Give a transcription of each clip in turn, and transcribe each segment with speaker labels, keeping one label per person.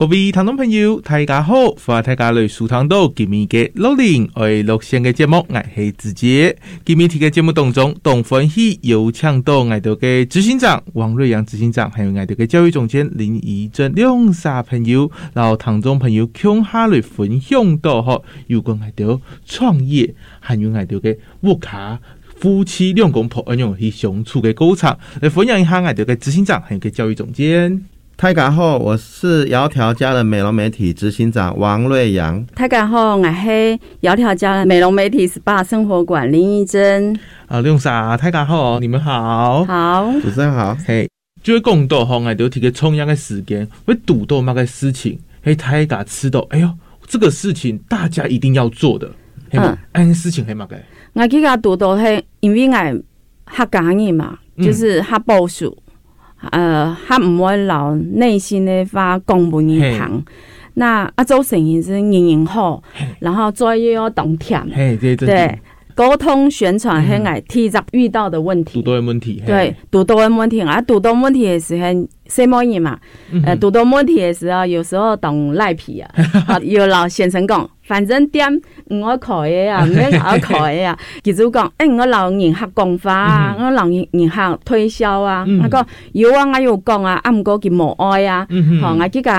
Speaker 1: 各位听众朋友，大家好，欢迎大家来苏糖道今面嘅六零我係六线嘅节目，我系子杰。今面睇嘅节目当中，董欢喜有请到我哋嘅执行长王瑞阳执行长，还有我哋嘅教育总监林怡珍两三朋友，然后听众朋友向下来分享到嗬，有关我哋创业，还有我哋嘅哎沃卡。夫妻两公婆，安样去相处嘅过程，来分享一下我哋嘅执行长，还有嘅教育总监。
Speaker 2: 大家好，我是窈窕家的美容媒体执行长王瑞阳。
Speaker 3: 大家好，我是窈窕家的美容媒体 SPA 生活馆林依珍。
Speaker 1: 啊，李永莎，大家好，你们好。
Speaker 3: 好，
Speaker 2: 主持人好，
Speaker 1: 嘿，就会讲到吼，我哋提个冲样的时间，会读到某个事情，嘿，大家知道，哎呦，这个事情大家一定要做的，嘿
Speaker 3: 嗯
Speaker 1: 嘛，安事情嘿嘛个，
Speaker 3: 我记家读到是因为我客家人嘛，
Speaker 1: 嗯
Speaker 3: 就是客保守，呃，客唔会留内心的话讲不人行。那啊，做生意是人人好，然后做又要懂甜，
Speaker 1: 嘿，这这
Speaker 3: 对，沟通宣传是
Speaker 1: 嗯
Speaker 3: 我提早遇到的问
Speaker 1: 读
Speaker 3: 题。
Speaker 1: 到的问题，嘿
Speaker 3: 对，，读到的问题啊，读到问题的时候，什么人嘛？
Speaker 1: 嗯
Speaker 3: 呃，读到问题的时候，有时候懂赖皮 啊，啊有老先生讲，反正点唔我考的 啊，唔我考的啊，其实讲，诶、我老人客讲法啊，我老人人客推销啊，
Speaker 1: 嗯
Speaker 3: 我讲有啊，我有讲啊，啊唔过佢冇爱啊，
Speaker 1: 嗯
Speaker 3: 好、我即个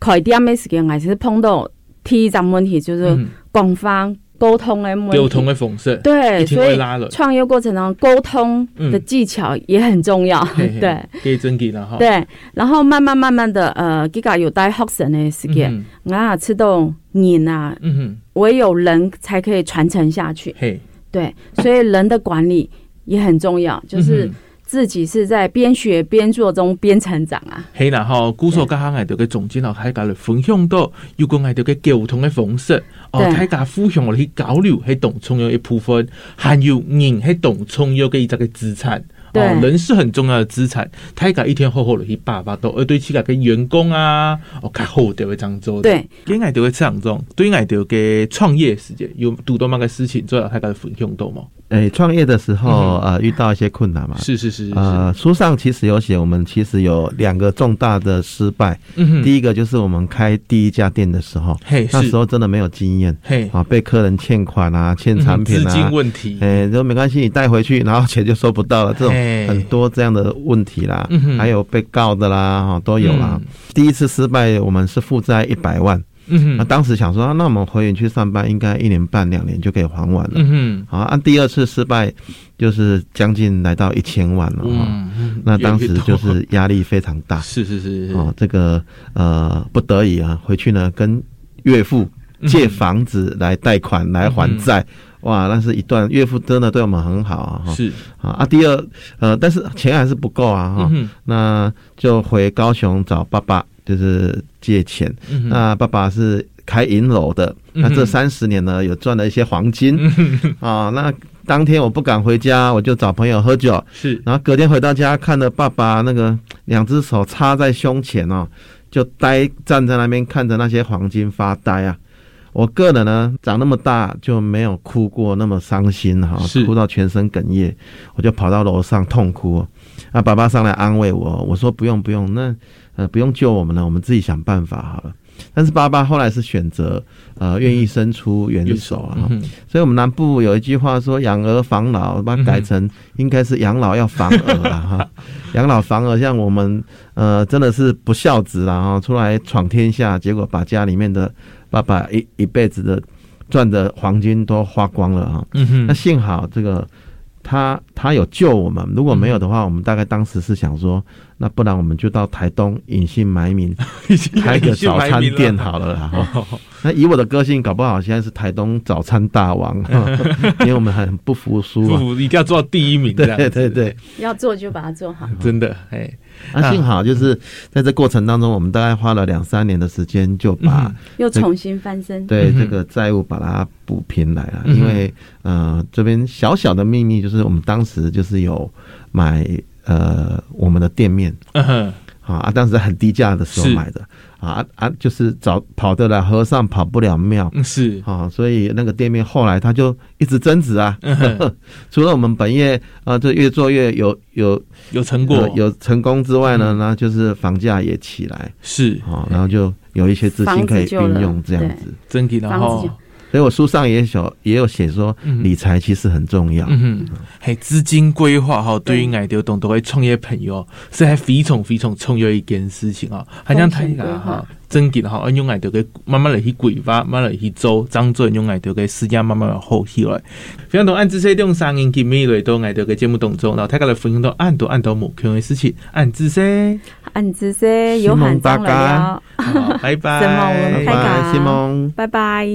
Speaker 3: 开店的时间，我是碰到第一站问题就是
Speaker 1: 嗯
Speaker 3: 讲法沟通的问题，
Speaker 1: 沟通的方式，
Speaker 3: 对，
Speaker 1: 一定
Speaker 3: 所
Speaker 1: 会
Speaker 3: 以
Speaker 1: 拉了，
Speaker 3: 创业过程中沟通的技巧也很重要，
Speaker 1: 嘿嘿
Speaker 3: 对。，
Speaker 1: 给真给了哈，
Speaker 3: 对，然后慢慢慢慢的，呃，自家有带学生的时间，
Speaker 1: 嗯哼，
Speaker 3: 啊，吃到人啊，
Speaker 1: 嗯哼，
Speaker 3: 唯有人才可以传承下去。
Speaker 1: 嘿，
Speaker 3: 对，所以人的管理也很重要，就是
Speaker 1: 嗯哼
Speaker 3: 自己是在边学边做中边成长啊。
Speaker 1: 系啦，吼，古所家下我哋嘅总监老大家嚟分享到，如果我哋嘅沟通嘅方式，哦，
Speaker 3: 對
Speaker 1: 大家互相我哋去交流，係同重要一部分，還有人係同重要嘅一隻嘅資產。哦
Speaker 3: 對，
Speaker 1: 人是很重要的資產，大家一天好好地去把握到，而對自己嘅員工啊，哦，較好就會漳州。，
Speaker 3: 对，
Speaker 1: 跟我哋嘅當中，對我哋嘅創業時間有讀到乜嘅事情，做大家分享到冇？
Speaker 2: 诶，哎创业的时候、
Speaker 1: 嗯
Speaker 2: 呃遇到一些困难嘛，
Speaker 1: 是是是是，
Speaker 2: 呃，书上其实有写，我们其实有两个重大的失败。
Speaker 1: 嗯哼，
Speaker 2: 第一个就是我们开第一家店的时候，
Speaker 1: 嘿
Speaker 2: 那时
Speaker 1: 是，
Speaker 2: 候真的没有经验
Speaker 1: 嘿，
Speaker 2: 啊，被客人欠款啊、欠
Speaker 1: 嗯
Speaker 2: 产
Speaker 1: 哼
Speaker 2: 品
Speaker 1: 資金
Speaker 2: 啊，
Speaker 1: 問題，
Speaker 2: 诶，都没关系，你带回去，然后钱就收不到了，这种
Speaker 1: 嘿
Speaker 2: 很多这样的问题啦
Speaker 1: 嗯哼，
Speaker 2: 还有被告的啦，哈，都有啦。第一次失败，我们是负债一百万。
Speaker 1: 嗯
Speaker 2: 那
Speaker 1: 哼，
Speaker 2: 当时想说，啊那我们回园区上班，应该一年半两年就可以还完了。
Speaker 1: 嗯哼。
Speaker 2: 好，按、第二次失败，就是将近来到一千万了、哦。
Speaker 1: 嗯，
Speaker 2: 那当时就是压力非常 大
Speaker 1: 是是是是
Speaker 2: 哦，这个呃不得已啊，回去呢跟岳父借房子来贷款来还债。哇，那是一段岳父真的对我们很好啊！哈
Speaker 1: 嗯是，
Speaker 2: 啊啊，第二，呃，但是钱还是不够啊哈、
Speaker 1: 嗯哼
Speaker 2: 那就回高雄找爸爸，就是借钱。
Speaker 1: 嗯哼
Speaker 2: 那爸爸是开银楼的，
Speaker 1: 嗯
Speaker 2: 那
Speaker 1: 哼
Speaker 2: 这三十年呢，有赚了一些黄金
Speaker 1: 嗯
Speaker 2: 啊、那当天我不敢回家，我就找朋友喝酒，
Speaker 1: 是，
Speaker 2: 然后隔天回到家，看着爸爸那个两只手插在胸前哦，就呆站在那边看着那些黄金发呆啊。我个人呢，长那么大就没有哭过那么伤心哈、
Speaker 1: 是
Speaker 2: 哭到全身哽咽，我就跑到楼上痛哭、哦。啊，爸爸上来安慰我，我说不用不用，那呃不用救我们了，我们自己想办法好了。但是爸爸后来是选择呃愿意伸出援手啊，
Speaker 1: 嗯哼
Speaker 2: 所以我们南部有一句话说“养儿防老”，把它改成应该是“养老要防儿”了 哈。养老防儿，像我们呃真的是不孝子啦哈，出来闯天下，结果把家里面的爸爸一一辈子的赚的黄金都花光了哈。
Speaker 1: 嗯哼，
Speaker 2: 那幸好这个他他有救我们，如果没有的话，我们大概当时是想说，那不然我们就到台东隐姓埋 名 开个早餐店好了啦哈。
Speaker 1: 哦，
Speaker 2: 那以我的个性，搞不好现在是台东早餐大 王，因为我们很不服输
Speaker 1: 不
Speaker 2: 啊。
Speaker 1: 服一定要做到第一名，这
Speaker 2: 对
Speaker 1: 样
Speaker 2: 对
Speaker 1: 子
Speaker 2: 对，对，
Speaker 3: 要做就把它做好。
Speaker 1: 真的，哎，
Speaker 2: 那幸好就是在这过程当中，我们大概花了两三年的时间，就把
Speaker 1: 嗯
Speaker 3: 又重新翻身。
Speaker 2: 对
Speaker 1: 嗯哼
Speaker 2: 这个债务把它补平来了。
Speaker 1: 嗯哼
Speaker 2: 因为呃，这边小小的秘密就是，我们当时就是有买呃我们的店面，
Speaker 1: 嗯哼，
Speaker 2: 啊啊，当时很低价的时候
Speaker 1: 是
Speaker 2: 买的啊啊啊，就是早跑得了和尚跑不了庙，
Speaker 1: 嗯是，
Speaker 2: 啊，所以那个店面后来它就一直增值啊。
Speaker 1: 嗯哼
Speaker 2: 除了我们本业啊，呃这越做越有有
Speaker 1: 有成
Speaker 2: 呃
Speaker 1: 果，
Speaker 2: 有成功之外呢，
Speaker 1: 嗯
Speaker 2: 那就是房价也起来
Speaker 1: 是，
Speaker 2: 啊，然后就有一些资金可以运用这样
Speaker 3: 防止
Speaker 2: 子。
Speaker 1: 真给然
Speaker 3: 房
Speaker 1: 后
Speaker 3: 子，
Speaker 2: 所以我书上也有也有写说，
Speaker 1: 嗯
Speaker 2: 理财其实很重要。
Speaker 1: 嗯哼，嘿，资金规划哈，对于爱丢懂得会创业朋友是还非常非常重要一件事情啊，还像睇
Speaker 3: 风险规
Speaker 1: 下哈
Speaker 3: 划。
Speaker 1: 真嘅哈，用爱到嘅慢慢嚟去规划，慢慢嚟去做，当做用爱到嘅时间慢慢嚟好起来。非常同按知识用声音见面嚟到爱到嘅节目当中，然后大家嚟分享到按到按到目前嘅事情，按知识，
Speaker 3: 按子些有喊
Speaker 2: 希望大
Speaker 3: 中了了
Speaker 2: 家，
Speaker 1: 好拜
Speaker 3: 怎么我
Speaker 1: 拜
Speaker 3: 们。
Speaker 2: 哎拜
Speaker 3: 太感
Speaker 2: 拜，西蒙。
Speaker 3: 拜拜。